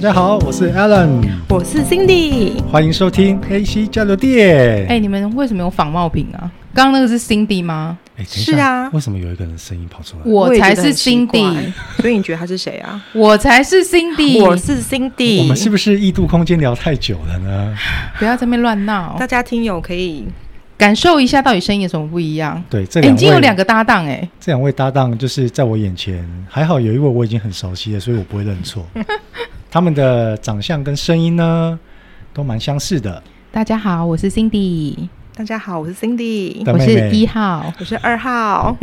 家好，我是 Alan，我是 Cindy。欢迎收听 AC 交流电。哎、你们为什么有仿冒品啊？刚刚那个是 Cindy 吗？哎，等一是下啊，为什么有一个人声音跑出来？我也觉才得很是奇怪 Cindy，所以你觉得他是谁啊？我才是 Cindy，我是 Cindy。我们是不是异度空间聊太久了呢？不要在那边乱闹大，家听友可以感受一下到底声音有什么不一样。对，这哎、两已经有位，两个搭档哎、这两位搭档就是在我眼前，还好有一位我已经很熟悉了，所以我不会认 错。他们的长相跟声音呢，都蛮相似的。大家好，我是 Cindy，大家好，我是 Cindy，大我妹妹是一号。 我是二 号。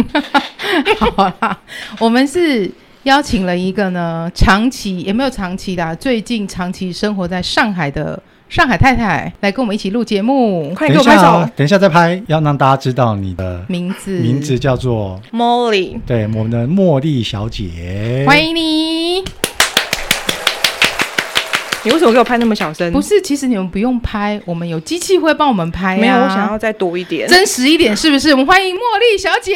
好啦，我们是邀请了一个呢，长期也没有长期啦，最近长期生活在上海的上海太太来跟我们一起录节目，快等一给我拍下啊手，等一下再拍，要让大家知道你的名字名字叫做！Molly，对我们的茉莉小姐。欢迎你。你为什么给我拍那么小声？不是，其实你们不用拍，我们有机器会帮我们拍、啊。没哎有，我想要再多一点。真实一点，是不是？我们欢迎茉莉小姐。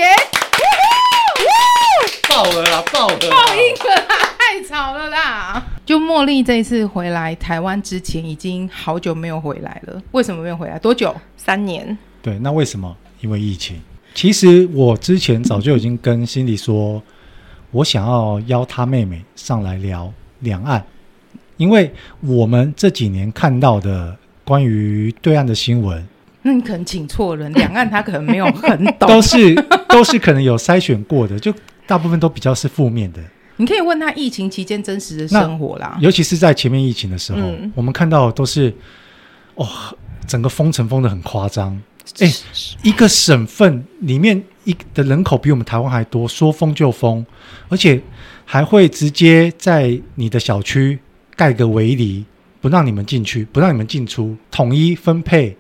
爆了啦，爆了！爆音了啦，太吵了啦！就茉莉这一次回来台湾之前，已经好久没有回来了。为什么没有回来？多久？三年，对，那为什么？因为疫情。其实我之前早就已经跟辛迪说，我想要邀他妹妹上来聊两岸，因为我们这几年看到的关于对岸的新闻，那嗯你可能请错 人，两岸他可能没有很懂都。是都是可能有筛选过的，就大部分都比较是负面的，你可以问他疫情期间真实的生活啦。尤其是在前面疫情的时候，嗯我们看到都是哦，整个封城封的很夸张，哎、一个省份里面一的人口比我们台湾还多，说封就封，而且还会直接在你的小区盖个围篱，不让你们进去，不让你们进出，统一分配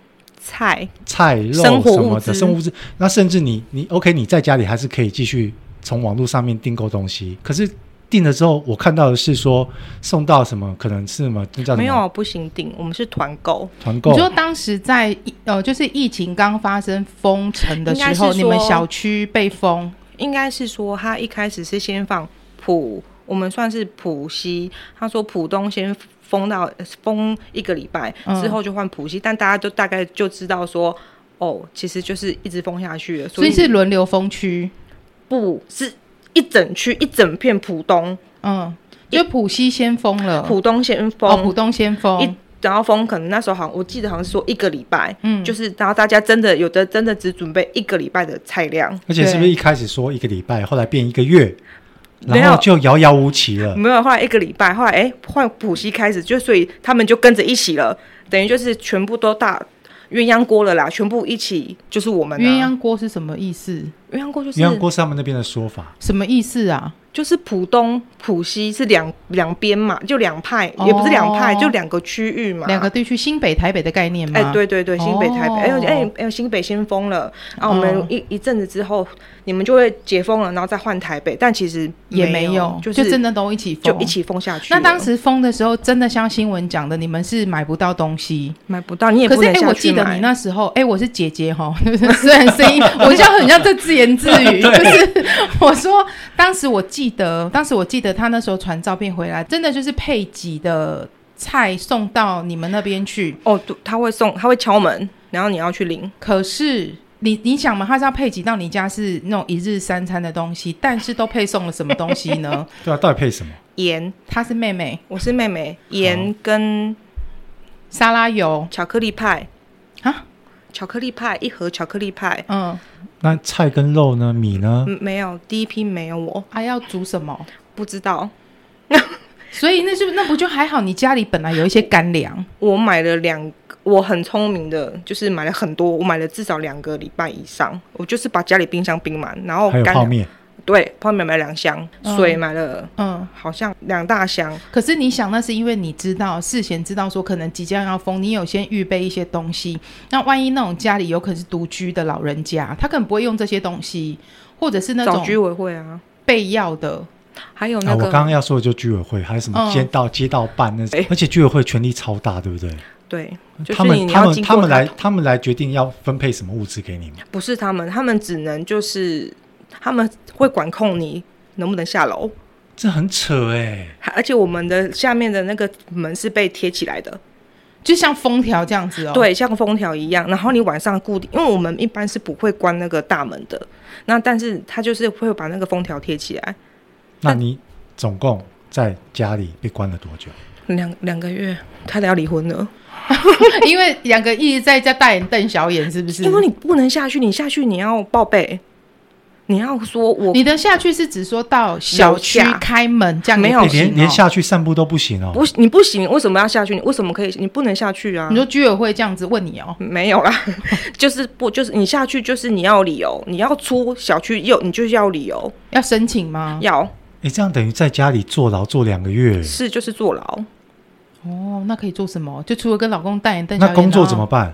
菜菜肉生活什么物的资生活物资。那甚至你你 OK，你在家里还是可以继续从网络上面订购东西，可是。订了之后，我看到的是说送到什么，可能是什么，那叫什没么有啊不行定，我们是团购。团你购，说当时在呃，就是疫情刚发生封城的时应该候，是你们说小区被封，应该是说他一开始是先放浦，我们算是浦西，他说浦东先封到呃封一个礼拜，嗯之后就换浦西，但大家就大概就知道说。哦，其实就是一直封下去了，所所以以是轮流封区。不是一整区一整片浦东，嗯，就浦西先封了，浦东先封，哦，浦东先一封，然后封可能那时候好像我记得好像是说一个礼拜，嗯，就是然后大家真的有的真的只准备一个礼拜的菜量，而且是不是一开始说一个礼拜，后来变一个月，没有然后就遥遥无期了？没有，后来一个礼拜，后来哎换补习开始，就所以他们就跟着一起了，等于就是全部都大鸳鸯锅了啦，全部一起就是我们、啊、鸳鸯锅是什么意思？鸳鸯锅就是鸳鸯锅是他们那边的说法，什么意思啊？就是浦东浦西是两两边嘛，就两派、哦也不是两派，就两个区域嘛，两个地区，新北、台北的概念吗？哎、对对对，新北、台北，哎哦呦哎哎呦，新北先封了，然后我们哦一、一阵子之后，你们就会解封了，然后再换台北，但其实也没没有，就是真的都一起封，就一。起封下去了。那当时封的时候，真的像新闻讲的，你们是买不到东西。买不到，你也可不是，能哎、下我去记买。得你那时候，哎、我是姐 姐哈， 虽然声音，我像很像在自言自语，就是我说，当时我记得，当时我记得他那时候传照片回来，真的就是配给的菜送到你们那边去，哦，对他会送，他会敲门，然后你要去领。可是你你想嘛，他是要配给到你家是那种一日三餐的东西，但是都配送了什么东西 呢？对啊，到底配什么？盐，她是妹妹，我是妹妹，盐跟沙拉油巧克力派，啊，巧克力派一盒巧克力派，嗯，那菜跟肉呢？米呢？嗯，没有，第一批没有我，还、啊要煮什么？不知道。所以那就那不就还好？你家里本来有一些干粮，我买了两，我很聪明的，就是买了很多，我买了至少两个礼拜以上，我就是把家里冰箱冰满，然后还有哦干泡面，啊对泡面买了两箱，嗯水买了嗯。好像两大箱，可是你想，那是因为你知道事先知道说可能即将要封，你有先预备一些东西。那万一那种家里有可能是独居的老人家，他可能不会用这些东西，或者是那找种居委会啊，备药的，还有啊，那我个、刚刚要说的就居委会，还有什么嗯街道、街道办那种哎，而且居委会权力超大，对不对？对，就他是你们你他要们经他过们来他们来决定要分配什么物资给你们。不是他们，他们只能就是他们会管控你能不能下楼，这很扯哎、还而且我们的下面的那个门是被贴起来的，就像封条这样子哦。，对，像封条一样。然后你晚上固定，因为我们一般是不会关那个大门的，那但是他就是会把那个封条贴起来，那你总共在家里被关了多久？两两个月，他要离婚了，因为两个一直在家大眼瞪小眼，是不是？因为你不能下去，你下去你要报备，你要说我你的下去是指说到小区楼下开门这样也没有不你行哦哎连连，下去散步都不行哦不，，你不行，为什么要下去？你为什么可以？你不能下去啊！你说居委会这样子问你哦，没有啦， 就是不就是你下去就是你要理由，你要出小区又你就是要理由，要申请吗？要哎，这样等于在家里坐牢坐两个月，是就是坐牢，哦，那可以做什么？就除了跟老公大眼瞪小那眼，工作然后怎么办？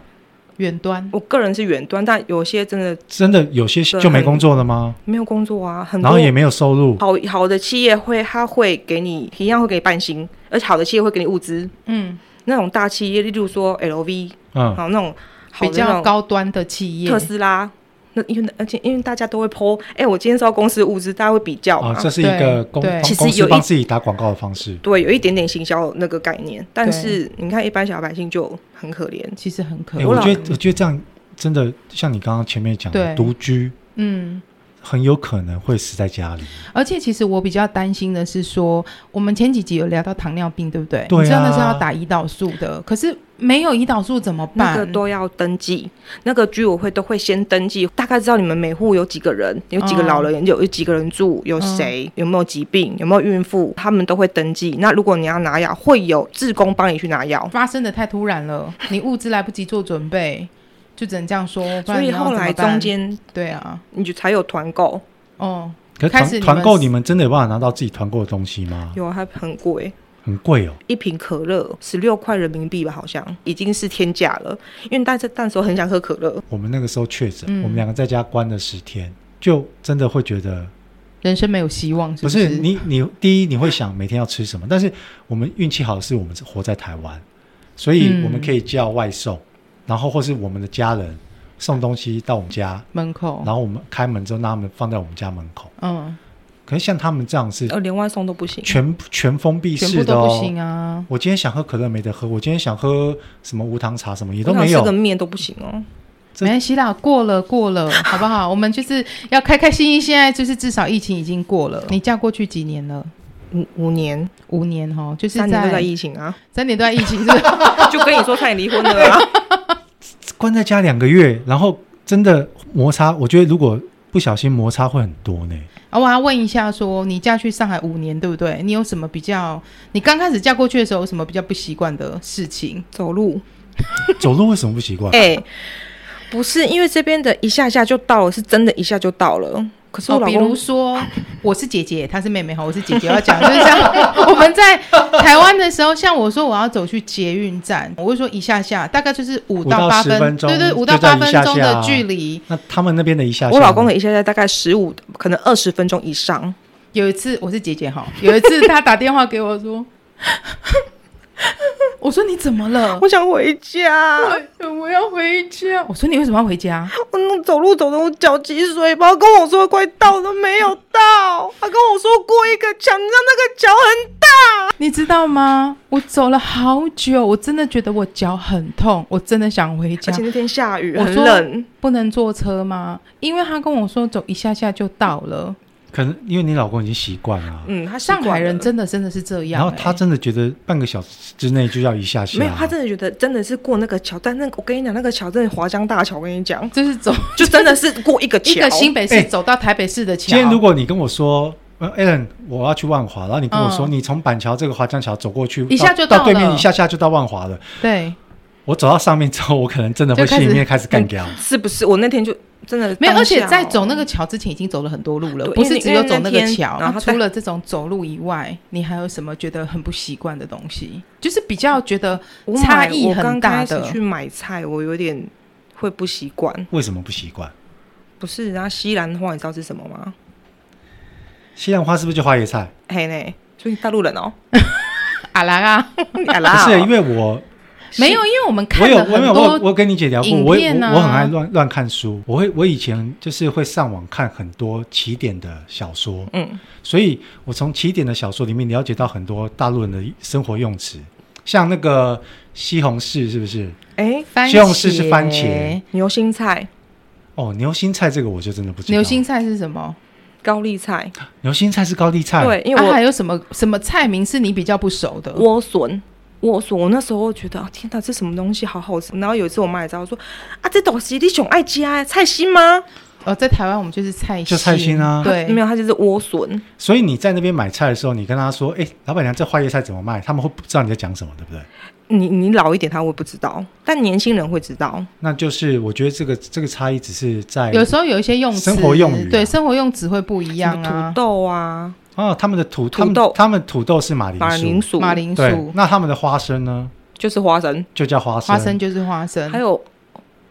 远端？我个人是远端，但有些真的真的有些对就没很工作了吗？没有工作啊，很多然后也没有收入，好好的企业会，他会给你一样会给你半薪，而且好的企业会给你物资。嗯，那种大企业，例如说 LV，嗯，好那种好比的那较种高端的企业特，斯拉。那因为而且因为大家都会 PO，哎、我今天是要公司物资，大家会比较嘛。啊，这是一个哦对公对帮其实公司有一帮自己打广告的方式。对，有一点点行销那个概念，但对是你看一般小百姓就很可怜。其实很可哎，有我啦觉得我觉得这样真的像你刚刚前面讲的，对独居嗯。很有可能会死在家里。而且其实我比较担心的是说，我们前几集有聊到糖尿病，对不对？对啊你真的是要打胰岛素的，可是没有胰岛素怎么那办？个都要登记，那个居委会都会先登记，大概知道你们每户有几个人，有几个老嗯人，有有几个人住，有谁，有没有疾病，有没有孕妇，他们都会登记。那如果你要拿药，会有志工帮你去拿药。发生的太突然了，你物资来不及做准备，就只能这样说。不所然你以要后来怎么办中间对啊，你就才有团购，哦，可是开团始你们团购，你们真的有办法拿到自己团购的东西吗？有还很贵，很贵哦。一瓶可乐十六块人民币吧，好像已经是天价了。因为大家那时候很想喝可乐，我们那个时候确诊，嗯我们两个在家关了十天，就真的会觉得人生没有希望，是不是是你你第一你会想每天要吃什么，但是我们运气好的是我们是活在台湾，所以嗯我们可以叫外送，然后或是我们的家人送东西到我们家，门口然，后我们开门之后，让他们放在我们家门口。嗯，可是像他们这样是呃，连外送都不行。全全封闭全部式的都不哦。行啊。我今天想喝可乐没得喝，我今天想喝什么无糖茶什么也我都想没吃有个。面都不行哦，这没关系啦，过了 过了，好不好？我们就是要开开心心。现在就是至少疫情已经过了。你嫁过去几年了？五五年五年哈，就是三年都在在疫情啊，三年都在疫情，是不是？ 就跟你说差点离婚了啊。关在家两个月，然后真的摩擦，我觉得如果不小心摩擦会很多 呢。啊，我要问一下说你嫁去上海五年，对不对？你有什么比较？你刚开始嫁过去的时候，有什么比较不习惯的事情？走路，走路为什么不习惯？哎、不是因为这边的一下下就到了，是真的一下就到了。可是我哦，老比公如说我是姐姐，她是妹妹哈，我是姐姐，我要讲就是这样。我们在台湾的时候，像我说我要走去捷运站，我会说一下下，大概就是五五到八10分，分钟对对，就五到叫八一分下钟下的啊距离。那他们那边的一下下呢，我老公的一下下大概十五，可能二十分钟以上。有一次我是姐姐哈，有一次她打电话给我说， 我说你怎么了？我想回家， 哎我我要回家。我说你为什么要回家？ 我那走路走的我脚起水泡，跟我说快到都没有到。他跟我说过一个墙，你知道那个脚很大。你知道吗？我走了好久，我真的觉得我脚很痛，我真的想回而家且。那天下雨，我很说冷，不能坐车吗？因为他跟我说走一下下就到了。可能因为你老公已经习惯了啊，嗯，他习上海惯人了真的真的是这样、然后他欸真的觉得半个小时之内就要一下下，啊没有，他真的觉得真的是过那个桥，但那个我跟你讲，那个桥真的华江大桥，我跟你讲，就是走就真的是过一个 桥，一个新北市哎走到台北市的桥。今天如果你跟我说。呃 a l a n 我要去万华，然后你跟我说，嗯你从板桥这个华江桥走过去，一下就到到对面，了一下下就到万华了。对，我走到上面之后，我可能真的会就开始心里面开始干掉。是不是？我那天就真的没有，而且在在走那个桥之前已经走了很多路了，哦对不因是为只有走那个因为那天桥。然然后后在除了这种走路以外，你还有什么觉得很不习惯的东西？就是比较觉得差异很大我刚开的始去买菜，我有点会不习惯。为什么不习惯？不是，然后西兰花你知道是什么 吗？西兰花是不是就花椰菜？ 嘿呢，所以大陆人哦，阿拉啊，啊啦不是，因为我没有，因为我们我看有了我没很有我多我跟你姐聊过，影我也片我啊我很爱乱乱看书，我会我以前就是会上网看很多起点的小说，嗯，所以我从起点的小说里面了解到很多大陆人的生活用词，像那个西红柿是不是？哎，番西红柿是番茄，牛心菜、哦，牛心菜这个我就真的不知道。牛心菜是什么？高丽菜，牛心菜是高丽菜，对，因为啊，我、还有什么什么菜名是你比较不熟的？莴笋。莴笋，我那时候觉得，啊天哪，这什么东西好好吃。然后有一次我妈也知道说，啊，这东西你熊爱吃啊，菜心吗？哦，在台湾我们就是菜心，就菜心啊对，没有，它就是莴笋。所以你在那边买菜的时候，你跟他说：“哎、老板娘，这花椰菜怎么卖？”他们会不知道你在讲什么，对不对？你你老一点他会不知道，但年轻人会知道。那就是我觉得这个这个差异只是在有时候有一些用词，生活用语啊对，生活用词会不一什样么啊土。豆啊，啊，他们的土土豆他们他们土豆是马铃马薯，铃薯、马铃对薯，、那他们的花生呢，就是花生，就叫花生。花生就是花生，嗯还有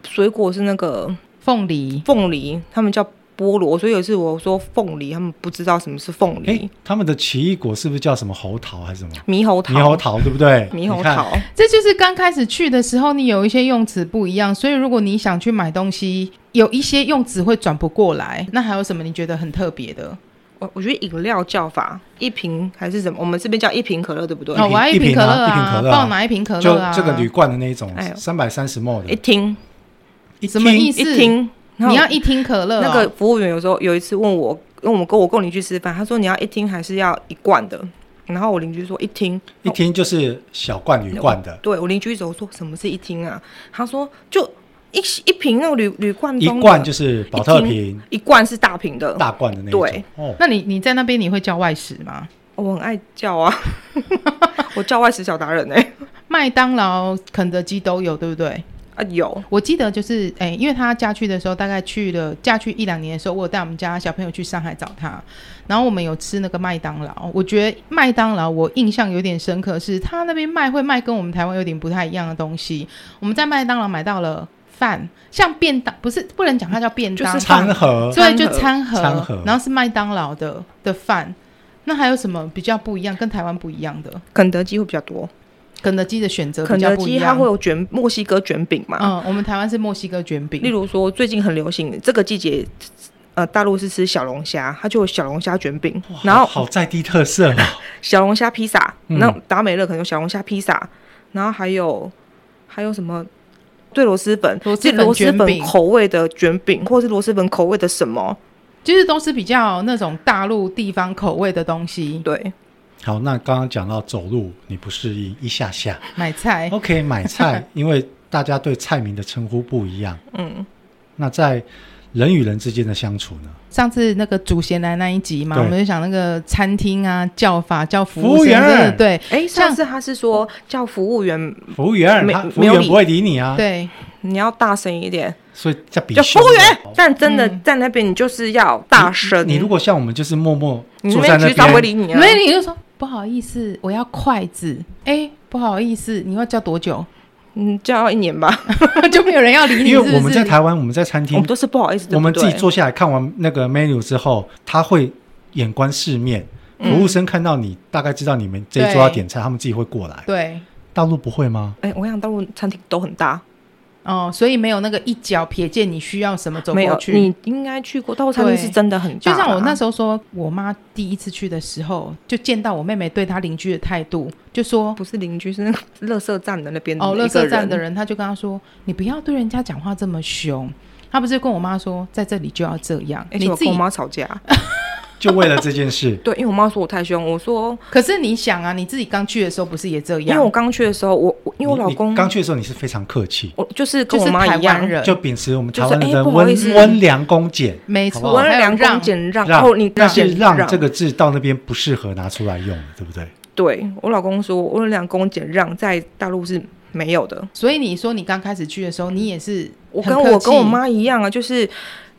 水果是那个凤梨。凤梨，他们叫菠萝。所以有一次我说凤梨，他们不知道什么是凤哎、梨，他们的奇异果是不是叫什么猴桃还是什么猕猴桃，猕猴，桃？对不对？猕猴你看桃。这就是刚开始去的时候，你有一些用词不一样，所以如果你想去买东西，有一些用词会转不过来。那还有什么你觉得很特别的？我我觉得饮料叫法一瓶还是什么，我们这边叫一瓶可乐，对不对？瓶哦，我要一瓶瓶可乐啊一瓶可乐啊帮我拿一瓶可就乐啊。这个铝罐的那一种哎，呦哎三百三十 ml 一的，听一什么听意思一听，然后你要一听可乐哦、那个服务员有时候有一次问我，问我跟我跟我邻居吃饭，他说你要一听还是要一罐的？然后我邻居说一听，一听就是小罐铝罐的，对我邻居一直说什么是一听啊？他说就一一瓶那个铝铝罐一装的罐就是保特一瓶听，一罐是大瓶的。大罐的那一种。对哦，那你你在那边你会叫外食哦吗？我很爱叫啊， 我叫外食小达人哎、麦当劳、肯德基都有，对不对？啊有我记得就是，哎、因为他嫁去的时候，大概去了嫁去一两年的时候，我有带我们家小朋友去上海找他，然后我们有吃那个麦当劳。我觉得麦当劳我印象有点深刻是，他那边卖会卖跟我们台湾有点不太一样的东西。我们在麦当劳买到了饭，像便当，不是不能讲它叫便当，就是餐盒对，就餐餐盒，餐盒然后是麦当劳的的饭。那还有什么嗯比较不一样，跟台湾不一样的？肯德基会比较多，肯德基的选择肯比较德不一基样。它会有卷墨西哥卷饼嘛？嗯，我们台湾是墨西哥卷饼，例如说最近很流行这个季节，呃大陆是吃小龙虾，它就有小龙虾卷饼，哇然后好在地特色哦，小龙虾披萨，嗯那达美乐可能有小龙虾披萨，然后还有还有什么？对螺蛳粉，螺蛳是粉螺蛳卷粉饼口味的卷饼，或是螺蛳粉口味的什么？就是都是比较那种大陆地方口味的东西，对，好，那刚刚讲到走路，你不适应一下下。买哎菜。 OK，买 菜，因为大家对菜名的称呼不一样。嗯，那在人与人之间的相处呢？上次那个祖贤来那一集嘛，对我们就讲那个餐厅啊、叫法、叫服服务务生员真的对哎，像上次他是说叫服务员，服务员，没他没服务员有理不会理你啊，对，你要大声一点，所以叫比叫服凶务的员。但真的嗯在那边，你就是要大声。你如果像我们就是默默你坐那在边那局长会边，理你啊没？你就说不好意思，我要筷子。哎，不好意思，你要叫多久？ 嗯，叫一年吧，就没有人要理你，因是不为是我们在台湾，我们在餐我厅们，都是不好意思，对我不们对自己坐下来看完那个 menu 之后，他会眼观四面，嗯服务生看到你大概知道你们这一桌对要点菜，他们自己会过来。对大陆不会吗？哎，我想大陆餐厅都很大，哦，所以没有那个一脚瞥见你需要什么走没过有，去。你应该去过，大陆餐厅对是真的很大就啦。像我那时候说，我妈第一次去的时候，就见到我妹妹对她邻居的态度，就说不是邻居，是那个垃圾站的那边的哦，一个垃圾站的人，人，他就跟他说：“你不要对人家讲话这么凶。”他不是跟我妈说，在这里就要这样，而你且哎我自跟我己。妈吵架。，就为了这件事 对，因为我妈说我太凶，我说可是你想啊，你自己刚去的时候不是也这因为我样？刚去的时候，我我因为我你老你公刚去的时候你是非常客气，我就是就跟我是妈台一样湾，人，就秉持我们台就是湾人哎的不好意温思温良恭俭，没好错，不好温哦还有良恭让俭让，然让后你但是俭让这个字到那边不适合拿出来用了，对不对？对我老公说温良恭俭让在大陆是没有的。所以你说你刚开始去的时候，你也是我很跟客我跟我气妈一样啊，就是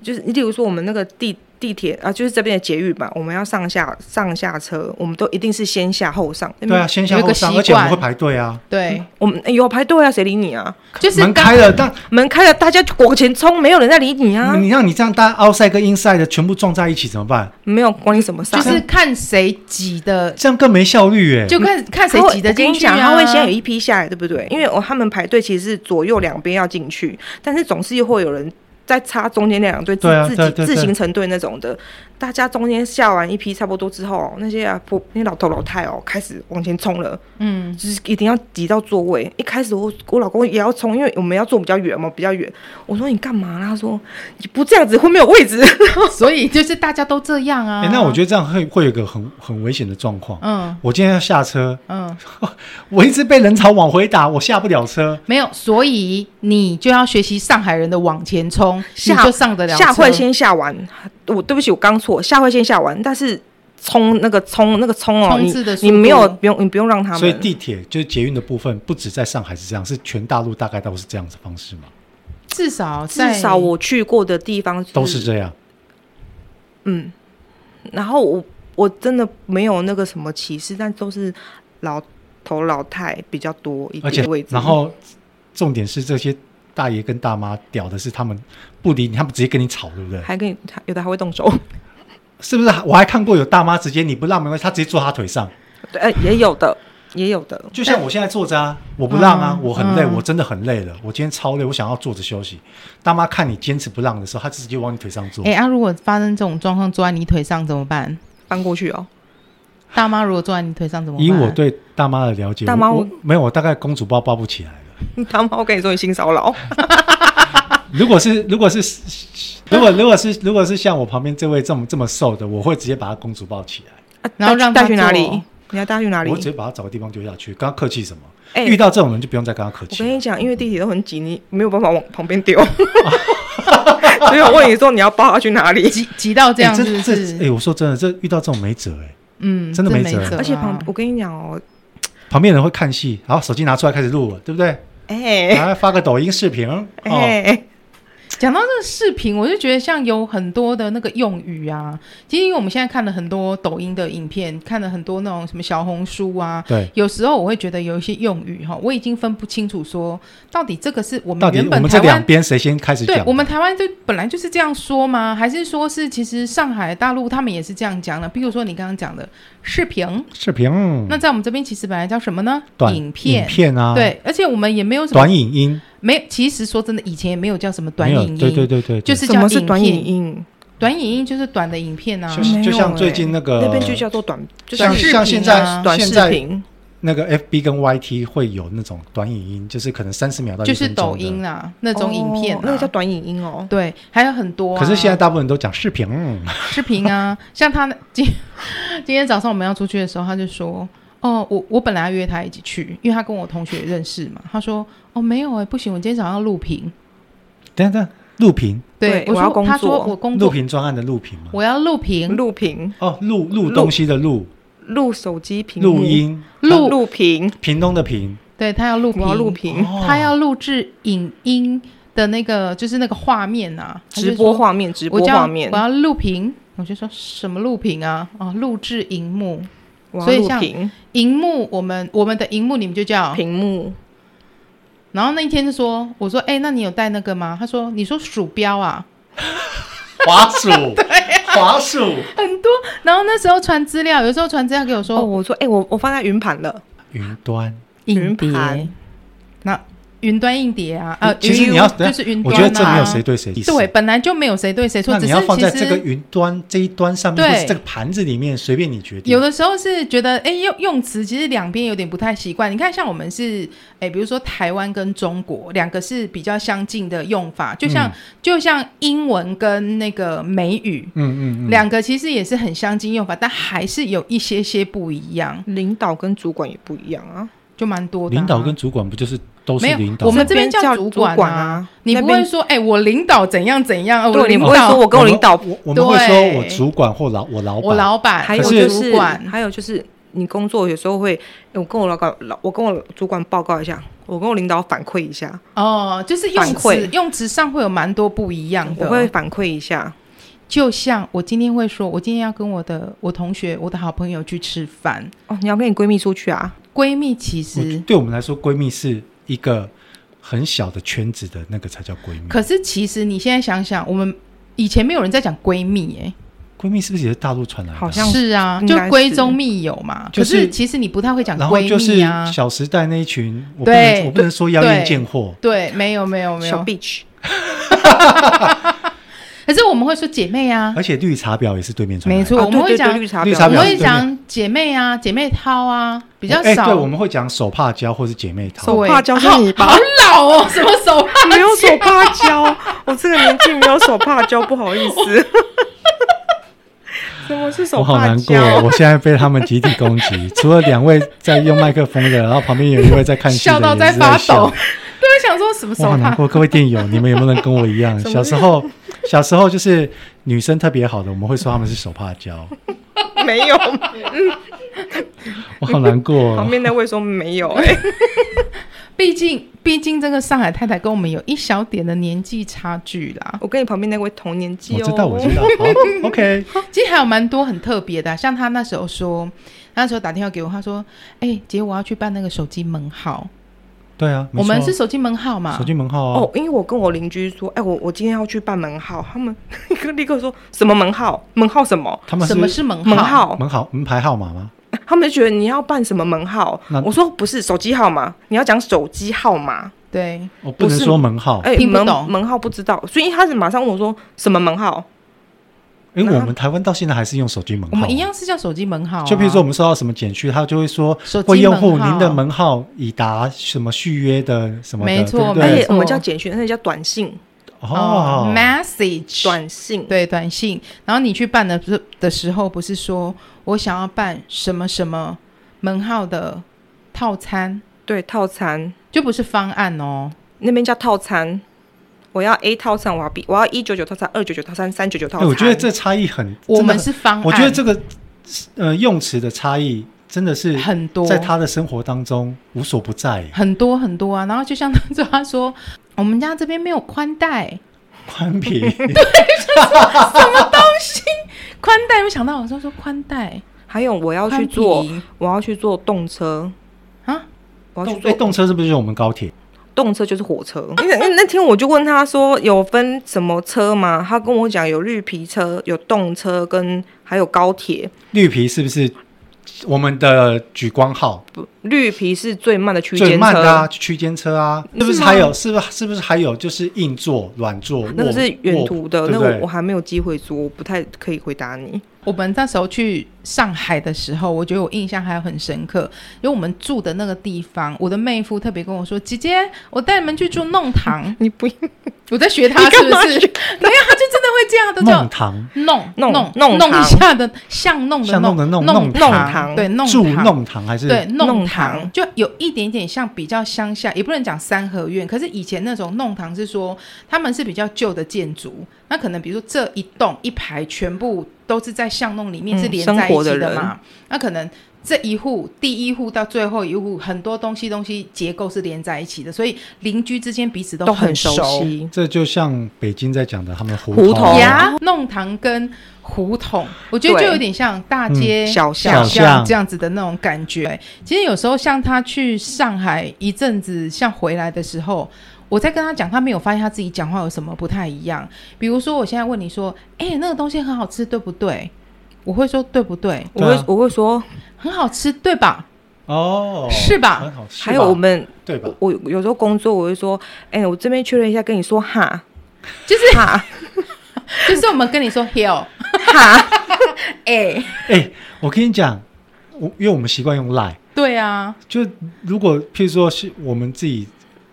就是，例如说我们那个地地铁啊，就是这边的捷运嘛，我们要上下上下车，我们都一定是先下后上。对啊，先下有一后个上，习而且我们会惯排队啊，对，我们、哎有排队啊，谁理你啊？就是门刚开了，但门开了，大家就往前冲，没有人在理你啊，嗯你让你这样，大家 outside 跟 inside 的全部撞在一起怎么办？没有管你什么事啊。就是看谁挤的，这样更没效率哎、就看看谁他嗯会挤得我跟进你去讲，啊。他会先有一批下来，对不对？因为我他们排队其实是左右两边要进去，但是总是会有人在插中间那两队，自对啊自对己对自对行成队那种的。大家中间下完一批差不多之后，那些啊婆那些老头老太哦，开始往前冲了，嗯，就是一定要挤到座位。一开始我我老公也要冲，因为我们要坐比较远嘛，比较远。我说你干嘛啦？他说你不这样子会没有位置。 所以就是大家都这样啊。哎、那我觉得这样会会有一个很很危险的状况。嗯我今天要下车，嗯我一直被人潮往回打，我下不了车。没有，所以你就要学习上海人的往前冲，你就上得了下车会先下完，我对不起，我刚错，下会先下完，但是冲那个冲那个冲哦，冲你刺的速你没有度不用你不用让他所以们。地铁就是捷运的部分，不止在上海是这样，是全大陆大概都是这样子方式嘛，至少至在少我去过的地方都是这样。嗯，然后我我真的没有那个什么歧视，但都是老头老太比较多一而且点位置，然后重点是这些大爷跟大妈屌的是他们不理你，他们直接跟你吵，对不对？还跟你还有的还会动手， 是不是？我还看过有大妈直接你不让没关系，她直接坐她腿上，对，呃也有的也有的，就像我现在坐着啊，我不让啊，嗯我很累，嗯我真的很累了，我今天超累，我想要坐着休息。大妈看你坚持不让的时候，她直接往你腿上坐。哎、啊，如果发生这种状况坐在你腿上怎么办？翻过去哦， 大妈如果坐在你腿上怎么办？以我对大妈的了解，大妈我我我没有，我大概公主抱抱不起来了。他妈我跟你说你性骚扰，如果是如果是如果如果是如果是像我旁边这位这么这么瘦的，我会直接把她公主抱起来，啊然后让带他去哪里坐？你要带去哪里我？直接把她找个地方丢下去，跟她客气什么？哎遇到这种人就不用再跟她客我气跟了。你讲，因为地铁都很挤，你没有办法往旁边丢。 所以我问你说你要抱他去哪里？挤挤到这样哎是不这是？这哎，我说真的，这遇到这种没辙哎。嗯，真的没没辙啊而且旁我跟你讲哦，旁边人会看戏，然后手机拿出来开始录了，对不对？哎哦然后发个抖音视频，哦，哎，讲到这个视频，我就觉得像有很多的那个用语啊，其实因为我们现在看了很多抖音的影片，看了很多那种什么小红书啊，对，有时候我会觉得有一些用语哈，我已经分不清楚说到底这个是我到们底原我本们这台两湾。边谁先开始对讲？我们台湾就本来就是这样说吗？还是说是其实上海、大陆他们也是这样讲的？比如说你刚刚讲的视频，视频，那在我们这边其实本来叫什么呢？嗯短影片。啊，，对，而且我们也没有什么短影音，没，其实说真的，以前也没有叫什么短没有影音，对对对对，对就是什叫么是短片影音？短影音就是短的影片啊就，是没就有像哎最欸近那个那边就叫做短，就呃像像视是频像现在啊短现视在频。那个 FB 跟 YT 会有那种短影音，就是可能三十秒到一就是分钟抖的音。啊啦那种影片哦啊，那个叫短影音哦。对，还有很多啊、可是现在大部分人都讲视频，视频 啊，像他今今天早上我们要出去的时候，他就说。哦，我我本来要约他一起去，因为他跟我同学也认识嘛。他说哦没有哎、不行，我今天早上要录屏。等一下等一下，录屏，对对，我说要工他说作我工录作，屏专案的录屏吗？我要录屏，录屏、哦，录录录东西的录，录手机屏幕、录音，录呃录屏，屏东的屏，对他要录我屏，要录屏，哦他要录制影音的那个就是那个画面啊，他就直播说画面，直播我叫画面我，要录屏，我就说什么录屏啊？哦，录制荧幕，我所以要录像屏荧幕，我们我们的荧幕你们就叫。屏幕。然后那一天就说，我说，哎、那你有带那个吗？他说，你说鼠标啊，滑 鼠，滑鼠，很多。 然后那时候传资料，有时候传资料给我说，哦，我说，哎，我我放在云盘了，云端。硬云碟盘，那云端硬碟啊，呃，其实云你要等一下就是云我端、觉啊，得这没有谁对谁意思。对，本来就没有谁对谁错，那只你是要放在其这实个云端这一端上面，对或是这个盘子里面，随便你决定。有的时候是觉得，哎、用用词其实两边有点不太习惯。你看，像我们是，哎、比如说台湾跟中国两个是比较相近的用法，就像、嗯就像英文跟那个美语。嗯，嗯嗯两个其实也是很相近用法，但还是有一些些不一样，领导跟主管也不一样啊。就蛮多的啊、领导跟主管不就是都是没有领导吗？我们这边这叫边叫主主管啊啊，你不那会边说，哎、我领导怎样怎样，呃我对，你领不会导说我跟我领导，我们会说对我主管或老我老我板。老板，还可有是就主是管，还有就是你工作有时候会，我跟我老板老我跟我主管报告一下，我跟我领导反馈一下，哦，就是用反词馈用词上会有蛮多不一样的，我会反馈一下。就像我今天会说，我今天要跟我的我同学、我的好朋友去吃饭。哦，你要跟你闺蜜出去啊？闺蜜其我嗯实，对我们来说，闺蜜是一个很小的圈子的那个才叫闺蜜。可是其实你现在想想，我们以前没有人在讲闺蜜、欸，闺蜜是不是也是大陆传来的啊？好像是啊，应就该是闺中密友嘛。就是可是其实你不太会讲然后闺就是蜜啊《。小时代》那一群，我不对能我不能说妖艳贱货，对，没有没有没小有。 bitch，可是我们会说姐妹啊，而且绿茶婊也是对面传来的。没错，哦我们对会对讲对绿茶绿婊，茶我婊们会对讲姐妹啊，姐妹掏啊，比较哎少。对，我们会讲手帕胶或是姐妹对淘手。帕胶是好你吧好老哦， 什么手帕没有手胶帕胶，我这个年纪没有手帕胶，不好意思。 什么是手我好帕难过，欸胶？我现在被他们集体攻 击。除了两位在用麦克风的，然后旁边有一位在看戏的，笑到也在是发在笑抖。对，我想说什么我手好难帕？过，各位电友，你们有没有人跟我一 样？小时候，小时候就是女生特别好的，我们会说她们是手帕胶。哦没有，我好难 过旁哦，边那位说没有、哎，毕竟毕竟这个上海太太跟我们有一小点的年纪差距啦。我跟你旁边那位同年纪哦。我知道，我知道。好，OK， 其实还有蛮多很特别的啊、像他那时候说，他那时候打电话给我，他说：“哎、姐，我要去办那个手机门号，对啊，没我们错是啊手机门号嘛。”手机门号哦哦，，因为我跟我邻居说，哎、我我今天要去办门号，他们立刻说什么门号？门号什么？他们什么是门门号？门号门牌号码吗？他们就觉得你要办什么门号那？我说不是手机号码，你要讲手机号码。对，我哦不能不是说门号，哎、听不门懂门号不知道，所以一开始马上问我说什么门号？因为那我们台湾到现在还是用手机门啊我号们。一样是叫手机门号啊、就比如说我们收到什么简讯，他就会说手机为用户门号您的门号已达什么续约的什么的，没对错不而且对？我们叫简讯，那叫短信，哦 m e s s a g e 短信。对短信。然后你去办的不是的时候，不是说我想要办什么什么门号的套餐，对，套餐就不是方案哦。那边叫套餐，我要 A 套餐，我要 B，我要一九九套餐、二九九套餐、三九九套哎餐。我觉得这差异很，我们真的是方很案，我觉得这个呃用词的差异真的是很多，在他的生活当中无所不在，很多很多啊。然后就像当时他说，我们家这边没有宽带，宽频 宽带，我想到我说说宽带还有我要宽去坐屏，我要去坐动车，啊，我要动去哎坐动车是不是就是我们高铁？动车就是火车。因为那那天我就问他说有分什么车吗？他跟我讲有绿皮车、有动车跟还有高铁。绿皮是不是我们的莒光号不，绿皮是最慢的区间车。最慢的啊？区间车啊，是是吗不是还有？是不是是不是还有就是硬座、软座？那个卧是远途的，卧对那不个我对我？还没有机会坐，我不太可以回答你。我们那时候去上海的时候，我觉得我印象还很深刻，因为我们住的那个地方，我的妹夫特别跟我说：“姐姐，我带你们去住弄堂。 你不”我在学他你是干不嘛是？没有，他就真的会这样，他都弄叫堂弄弄弄弄弄一堂下的巷弄的巷弄的弄弄弄堂对弄住堂弄堂还是对弄弄堂堂就有一点点像比较乡下，也不能讲三合院，可是以前那种弄堂是说他们是比较旧的建筑，那可能比如说这一栋一排全部都是在巷弄里嗯面是连在一生活起的人嘛，那可能。这一户，第一户到最后一户，很多东西东西结构是连在一起的，所以邻居之间彼此都很很熟悉。这就像北京在讲的，他们胡胡同呀，弄堂跟胡同，我觉哦得就对有点像大街、嗯小巷小小巷这样子的那种感觉。其实有时候像他去上海一阵子，像回来的时候，我在跟他讲，他没有发现他自己讲话有什么不太一样。比如说，我现在问你说：“哎、那个东西很好吃，对不对？”我会说：“对不对？ 我对会啊我会说，很好吃，对吧？哦，是吧很好，是吧还有我们对吧？我我有时候工作我会说，哎、我这边确认一下，跟你说哈就是 哈就是我们跟你说哦 hill，哈，哎，哎，我跟你讲，我因为我们习惯用赖，对啊，就如果譬如说是我们自己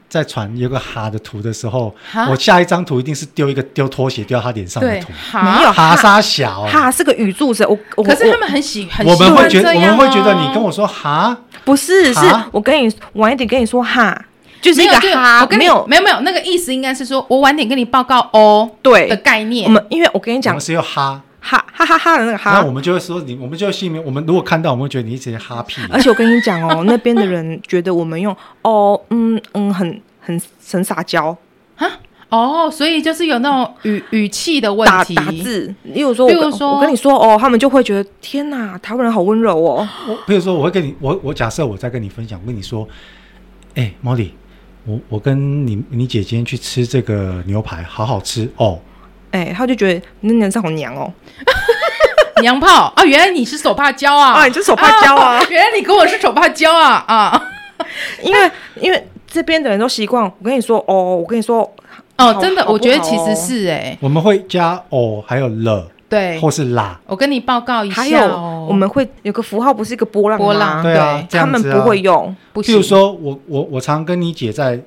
在传有个哈的图的时候，哈我下一张图一定是丢一个丢拖鞋丢到他脸上的对，哎图，没好。有哈哈沙小，哈是个语助词，我我可是我他们很喜很我喜们欢会觉这得样、啊我们会觉得你跟我说哈，不是是哈我跟你晚一点跟你说哈，就是没一有个就哈我，跟你没有没有没有，那个意思应该是说我晚点跟你报告哦的对，嗯概我念。们因为我跟你我讲们是用哈，哈哈哈哈的那个那我哈。们就会说你，我们就心里面，我们如果看到，我们会觉得你一直哈屁，而且我跟你讲哦， 那边的人觉得我们用哦嗯嗯很很很撒娇，哦，所以就是有那种语语气的问打题，打字，例如说我例如跟，说我跟你说哦，他们就会觉得天哪，台湾人好温柔哦。我比如说，我会跟你，我我假设我在跟你分享，我跟你说，哎、m o l l y 我我跟你你姐今天去吃这个牛排，好好吃哦。哎、他就觉得那男生好娘哦，娘炮啊！原来你是手帕胶啊！哦啊你是手帕胶 啊原来你跟我是手帕胶啊啊！因为因为这边的人都习惯。我跟你说哦，我跟你说哦，好真的，好不我觉得好其哦实是哎，我们会加哦，还有了，对，或是啦，我跟你报告一还下有哦，我们会有个符号，不是一个波浪吗波浪对啊，嗯对这样他们子啊不会用。不譬行如，说，我我我常跟你姐在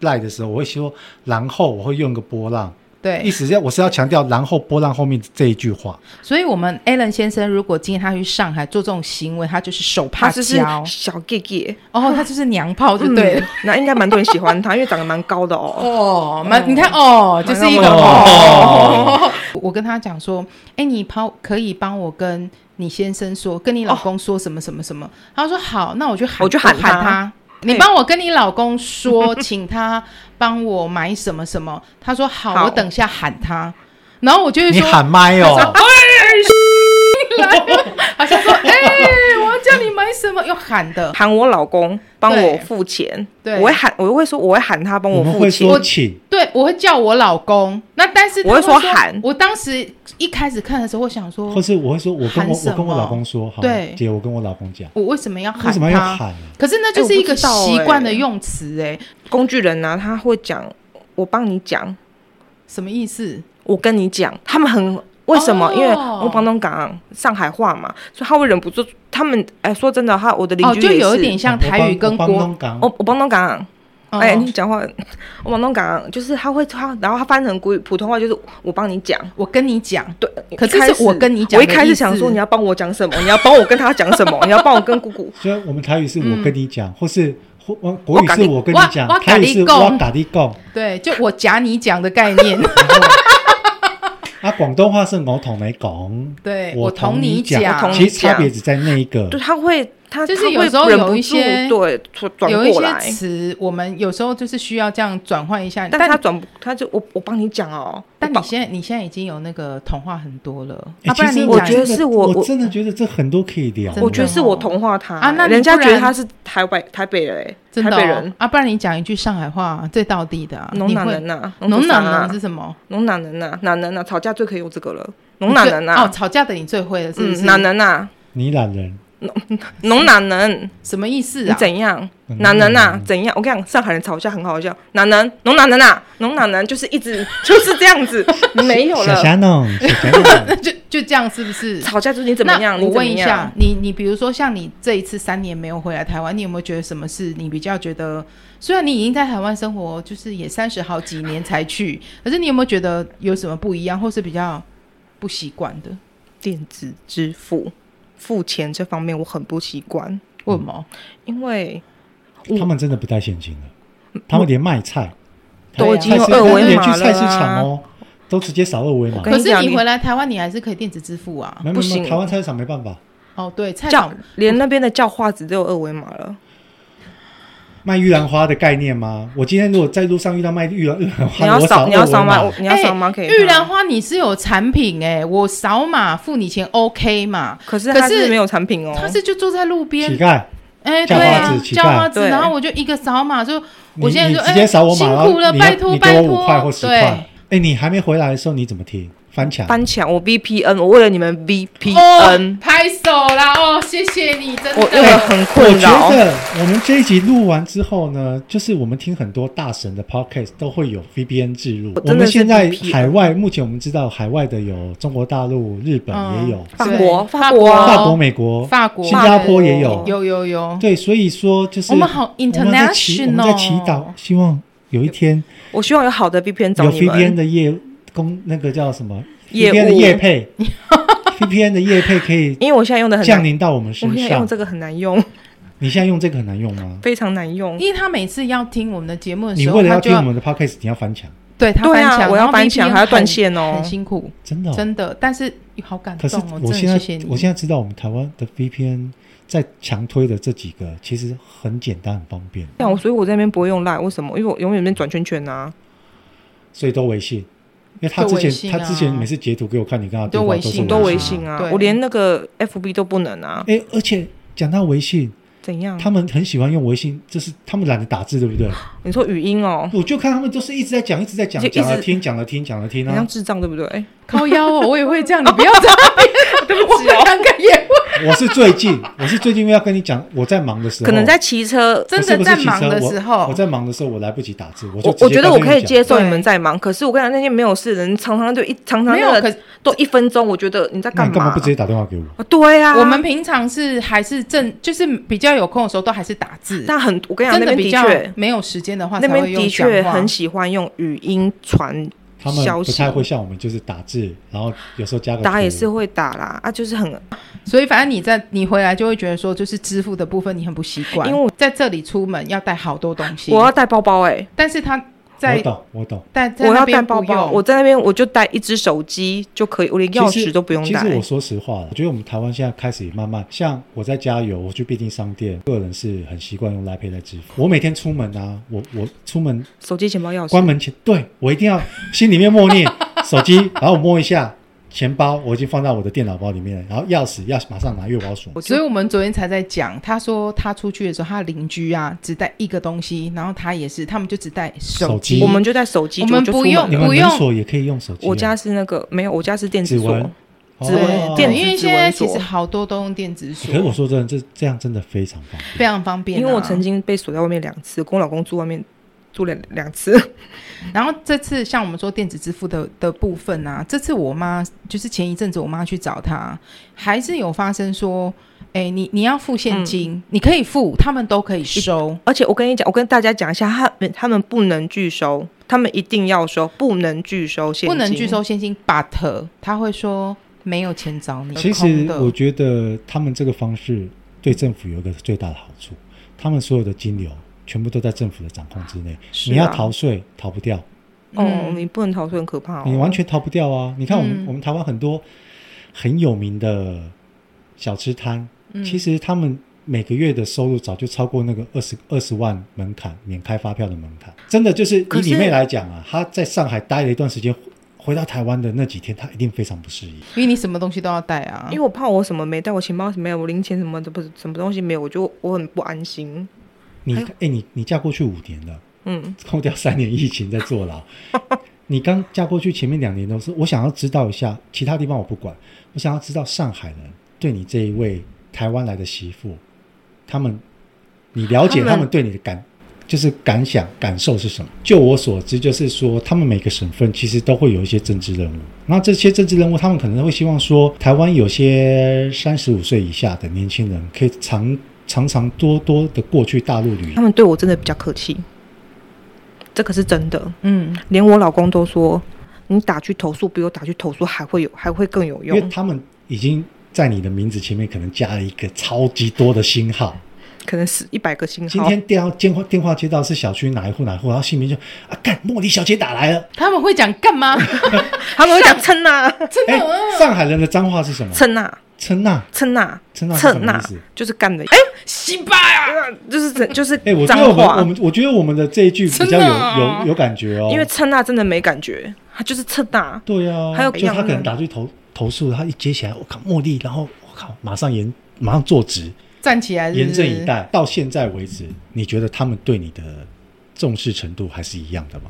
赖的时候，我会说，然后我会用个波浪，意对，思是要我是要强调然后波浪后面这一句话。所以我们 Alan 先生如果今天他去上海做这种行为，他就是手他帕就是嗯胶，小 gay gay，哦，他就是娘炮就对了。那应该蛮多人喜欢他，因为长得蛮高的哦。哦，蛮你看哦，就是一个蛮哦。 我跟他讲说，哎，你帮可以帮我跟你先生说，跟你老公说什么什么什么。他说好，那我就喊，我就喊喊他他。你帮我跟你老公说，请他帮我买什么什么。他说好，好我等下喊他。然后我就会你说，喊麦哦，好像说，哎，我要叫你买什么，又喊的。喊我老公帮对我付钱，对我会喊，我会说我会喊他帮我们付会钱，说请。对，我会叫我老公。那但是他我会会说喊我当时一开始看的时候，我想说或，是我会说，我跟喊我什我跟我么老公说，好对，姐，我跟我老公讲，我为什么要为喊什他？么要喊啊？可是那就是哎我一不个知道习惯的哎用词、哎、工具人啊，他会讲我帮你讲，什么意思？我跟你讲，他们很为什么？哦因为我广东港上海话嘛，所以他会忍不住。他们哎，说真的，他我的邻哦，居就也是，有一点像台语跟啊我帮我帮国，东港我我广东港，哦哎，你讲话，我广东港就是他会他，然后他翻成国语普通话就是我帮你讲。我跟你讲，对，可是一开始是我跟你讲我的一意思开始想说你要帮我讲什么，你要帮我跟他讲什么，你要帮我跟姑姑，所以我们台语是我跟你讲，或是或我我国语跟是你我跟我讲嗯我，台语是跟你讲我打的讲，对，就我夹你讲的概念，啊，广东话是我同你讲，对我同你我同讲。你其实差讲别只在那一个，对，他会他就是他会有时候忍不有一住些对转 转有一过些来，词，我们有时候就是需要这样转换一下。但他但转不他就我我帮你讲哦，但我你帮现在你现在已经有那个童话很多了，哎啊，不然其实你我讲觉得真的是我我我真的觉得这很多可以聊的。我觉得是我同化他欸啊那你人家不觉得然他是台北台北人欸，真台的北哦人，啊，不然你讲一句上海话最道地的啊，农你男会人呐，农男男人啊是，什么？农男人呐，男人呐，啊吵架最可以用这个了，农男人哦，呐，吵架的你最会了，是不是？嗯，男人呐，你懒人，农男人，什么意思你啊？怎样？嗯男人嗯呐嗯，怎样？我跟你讲，上海人吵架很好笑，男人，农男人呐，农男人就是一直 就是这样子，没有小了，霞弄，小霞弄， 就就这样是不是？吵架就是你怎么那样？我你怎么问一下样，，你你比如说像你这一次三年没有回来台湾，你有没有觉得什么事你比较觉得？虽然你已经在台湾生活，就是也三十好几年才去，可是你有没有觉得有什么不一样，或是比较不习惯的？电子支付付钱这方面我很不习惯，为什么？因为 他们真的不带现金的，他们连卖菜，都已台经湾有菜市二维连码去菜了市啊场哦，都直接扫二维码我。跟可你是讲，你回来台湾，你还是可以电子支付啊。没不没没，行台湾菜市场没办法哦，对，菜叫场连那边的叫画质都有二维码了。卖玉兰花的概念吗？我今天如果在路上遇到卖玉兰玉兰你花，要我扫，你要扫二维码，我你要哎扫码可以。玉兰，花，你是有产品哎、我扫码付你钱 OK 嘛？可是它可是是没有产品哦。他是就坐在路边乞，丐，哎、叫对花啊子，乞叫丐花子，对然后我就一个扫码就。你我现在你说直哎接扫我码，辛然苦后了你拜要托你给我拜托五块或十对块。哎，你还没回来的时候你怎么贴？翻墙？翻墙，我 VPN，我为了你们哦 VPN，，拍手啦！哦，谢谢你，真嗯我用了的。很哎我困觉扰。得我们这一集录完之后呢，就是我们听很多大神的 podcast 都会有 VPN 置入我。我真的们是现在 VPN 海外目前我们知道海外的有中国大陆、日本也有，法对国法法国国、法国、美国、嗯哦法国新加坡也法有国。有有有，对，所以说就是哦我们好我们在祈我们在 international 祈祷，希望有一天我希望有好的 VPN 找有你 VPN 们。的业工那个叫什么业务 VPN 的业配 ，VPN 的业配可以因为我现在用的很降难，临到我们我身现在上用。这个很难用，你现在用这个很难用吗？非常难用。因为他每次要听我们的节目的你时为候，了他要就听我要们的 podcast，你要翻墙，对他对翻啊墙，我要然后翻墙 VPN 还要断很线哦很辛苦，真的哦、真的。但是好感可是动哦，我真现的在谢谢你。我现在知道我们台湾的 VPN 在强推的这几个其实很简单很方便。但我所以我在那边不会用 Line，为什么？因为我永远在那边转圈圈啊。所以都微信。因为他之就微信前、啊他之前每次截图给我看，你跟他对都话微都是信都啊微信啊对，我连那个 FB 都不能啊，哎、而且讲到微信，怎样？他们很喜欢用微信，就是他们懒得打字，对不对？你说语音哦，我就看他们都是一直在讲，一直在讲嗯就，一直讲了听，讲了听，讲了听很像啊！智障对不对？靠腰哦，我也会这样，你不要这样， 对不起，哦我们 两个也会，我是最近， 我是最近要跟你讲，我在忙的时候，可能在骑车。真我是的不在是骑忙车的时候我，我在忙的时候，我来不及打字，我就我直接我觉得在我那可边以接受啊对你们在忙，可是我跟你讲，那些没有事的人，常常就一常常没有那可个都一分钟，我觉得你在讲，那干你干嘛嘛不直？接打电话给我？啊对啊，我们平常是还是正，就是比较有空的时候都还是打字，但很我跟你讲，真那的边的比较确没有时间的话那才边会用的讲确话。很喜欢用语音传他们消不息太，会像我们，就是打字，然后有时候加个打图也是会打啦啊，就是很所以反正你在你回来就会觉得说，就是支付的部分你很不习惯，因为我在这里出门要带好多东西。我要带包包哎，但是他我在懂，我懂。但在我那要边带包不包，用我在那边我就带一只手机就可以，我连钥其实匙都不用其带实。我说实话，我觉得我们台湾现在开始也慢慢，像我在加油，我去必定商店，个人是很习惯用 Line Pay 来支付。我每天出门啊，我我出门手机、钱包、钥匙，关门前，对我一定要心里面默念 手机，然后我摸一下钱包，我已经放到我的电脑包里面了，然后钥匙要马上拿，因为我要锁。我所就以我们昨天才在讲，他说他出去的时候，他的邻居啊只带一个东西，然后他也是，他们就只带手手机。机我们就带手机，我们就不出门用你了们不门锁也可以用手机啊、我家是那个没有，我家是电子指锁，纹指纹哦电子因为指现在纹其锁实好多都用电子锁可是，我说真的，这这样真的非常方非便。常方便啊、因为我曾经被锁在外面两次，跟我老公住外面住了两次， 然后这次像我们说电子支付的的部分啊，这次我妈就是前一阵子我妈去找她，还是有发生说，哎，你你要付现金，嗯你可以付，他们都可以收。而且我跟你讲，我跟大家讲一下，他们他们不能拒收，他们一定要收，不能拒收现金，不能拒收现金，but 他会说没有钱找你，其空实的我觉得他们这个方式对政府有一个最大的好处，他们所有的金流全部都在政府的掌控之内。是啊。你要逃税逃不掉，哦，嗯你不能逃税很可怕哦，你完全逃不掉啊！你看我们、嗯我们台湾很多很有名的小吃摊，嗯其实他们每个月的收入早就超过那个二十二十万门槛，免开发票的门槛。真的就是以可是你妹来讲啊，她在上海待了一段时间，回回到台湾的那几天，她一定非常不适应。因为你什么东西都要带啊，因为我怕我什么没带，我钱包什么没有，我零钱什么的不是什么东西没有，我就我很不安心。你哎哎、你你嫁过去五年了，嗯，扣掉三年疫情在坐牢。你刚嫁过去前面两年都是，我想要知道一下，其他地方我不管，我想要知道上海人对你这一位台湾来的媳妇，他们，你了解他们他们对你的感，就是感想感受是什么？就我所知，就是说他们每个省份其实都会有一些政治任务，那这些政治任务，他们可能会希望说，台湾有些三十五岁以下的年轻人可以常常常多多的过去大陆旅游他。们对我真的比较客气，这个是真的，嗯，连我老公都说，你打去投诉比我打去投诉还会有，还会更有因为用。他们已经在你的名字前面可能加了一个超级多的星号。可能是一百个星今号，天电话电话电话接到是小区哪一户哪一户，然后姓名就啊，干莫莉小姐打来了。他们会讲 干嘛？他们会讲称呐、真哎的、啊，上海人的脏话是 什么？称呐、称呐，称呐、称啊呐是什称么呐意思？，啊就是干的。哎、西 巴呀、就是整就是哎，我觉脏得我们话，我们我觉得我们的这一句比真较的有啊有有感觉哦，因为称呐真的没感觉，他就是称呐。对啊，还有就他洋可能人打去投投诉，他一接起来，我靠茉莉，然后我靠马上严马上坐直，站起来是严不是阵以。待。到现在为止，你觉得他们对你的重视程度还是一样的吗？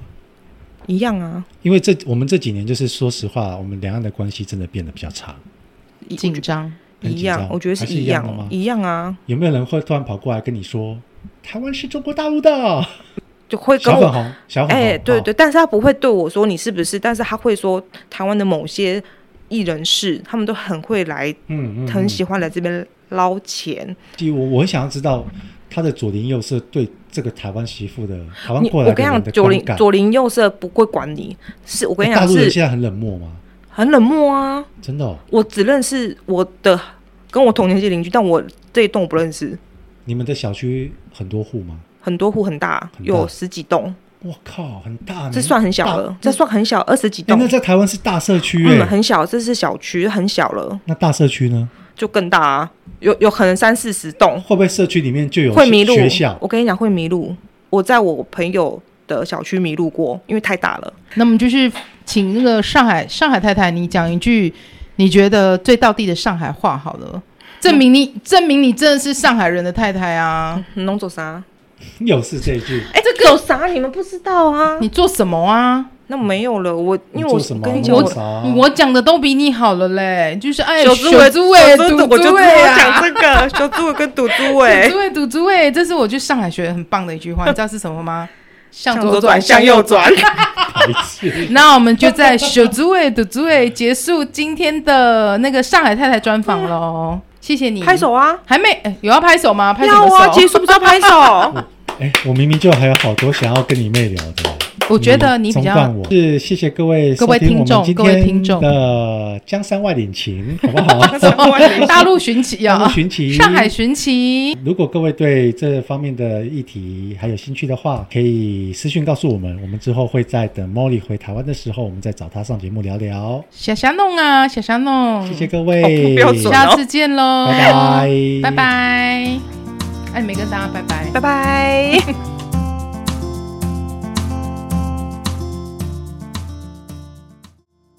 一样啊，因为这我们这几年就是说实话，我们两岸的关系真的变得比较差。一紧张，很一紧张样，我觉得还是一一样的吗一样啊，有没有人会突然跑过来跟你说台湾是中国大陆的？就会跟小粉我。红，小粉红，哎、对哦对，，但是他不会对我说你是不是，但是他会说台湾的某些艺人是，他们都很会来，嗯嗯，很喜欢。欢来这边捞钱。其实我我很想要知道他的左邻右舍对这个台湾媳妇的台湾你过我来跟你的人讲，的左观邻感。哎左邻右舍不会管你，是我跟你大讲陆人是现在很冷漠吗？很冷漠啊。真的、哦，我只认识我的跟我同年纪邻居，但我这一栋我不认识，你们的小区很多户吗？很多户很大，很大有十几栋，我靠，很大呢，这算很小大了，这算很小，二十几哎栋那，在台湾是大社区哎、嗯，很小，这是小区，很小了，那大社区呢？就更大啊，有有可能三四十栋，会不会社区里面就有会迷路学校，？ 我跟你讲会迷路。我在我朋友的小区迷路过，因为太大了。那么就是请那个上海上海太太，你讲一句你觉得最道地的上海话好了，证明你、嗯证明你真的是上海人的太太啊！侬做啥？又是这一句，哎、这个有啥？你们不知道啊？你做什么啊？那没有了，我因为我做什么？跟你讲，弄我啥 我讲的都比你好了嘞，就是哎，哦小猪尾，啊猪尾，小猪尾赌我就猪知尾道啊讲。这 个，哎小猪尾跟赌猪赌尾猪，尾，赌猪尾，这是我去上海学的很棒的一句话，你知道是什么吗？向向左左转转，向向右右转。转。白痴那我们就在小猪尾、赌猪尾结束今天的那个上海太太专访喽，谢谢你，拍。手啊！还没、哎有要拍手吗？拍什要么手？啊，结束不是要拍手？ 哎，我明明就还有好多想要跟你妹聊的。我觉得你比总较管我是谢谢各位各位收听众我们今各位听众天的江山万里情，好不好？大陆寻奇大陆 啊，寻奇，上海寻奇。如果各位对这方面的议题还有兴趣的话，可以私讯告诉我们，我们之后会在等 Molly 回台湾的时候，我们再找她上节目聊聊。小霞弄啊，小霞弄，谢谢各好位，不标准下次见喽，拜拜拜拜。哎，没跟大家拜拜。拜拜。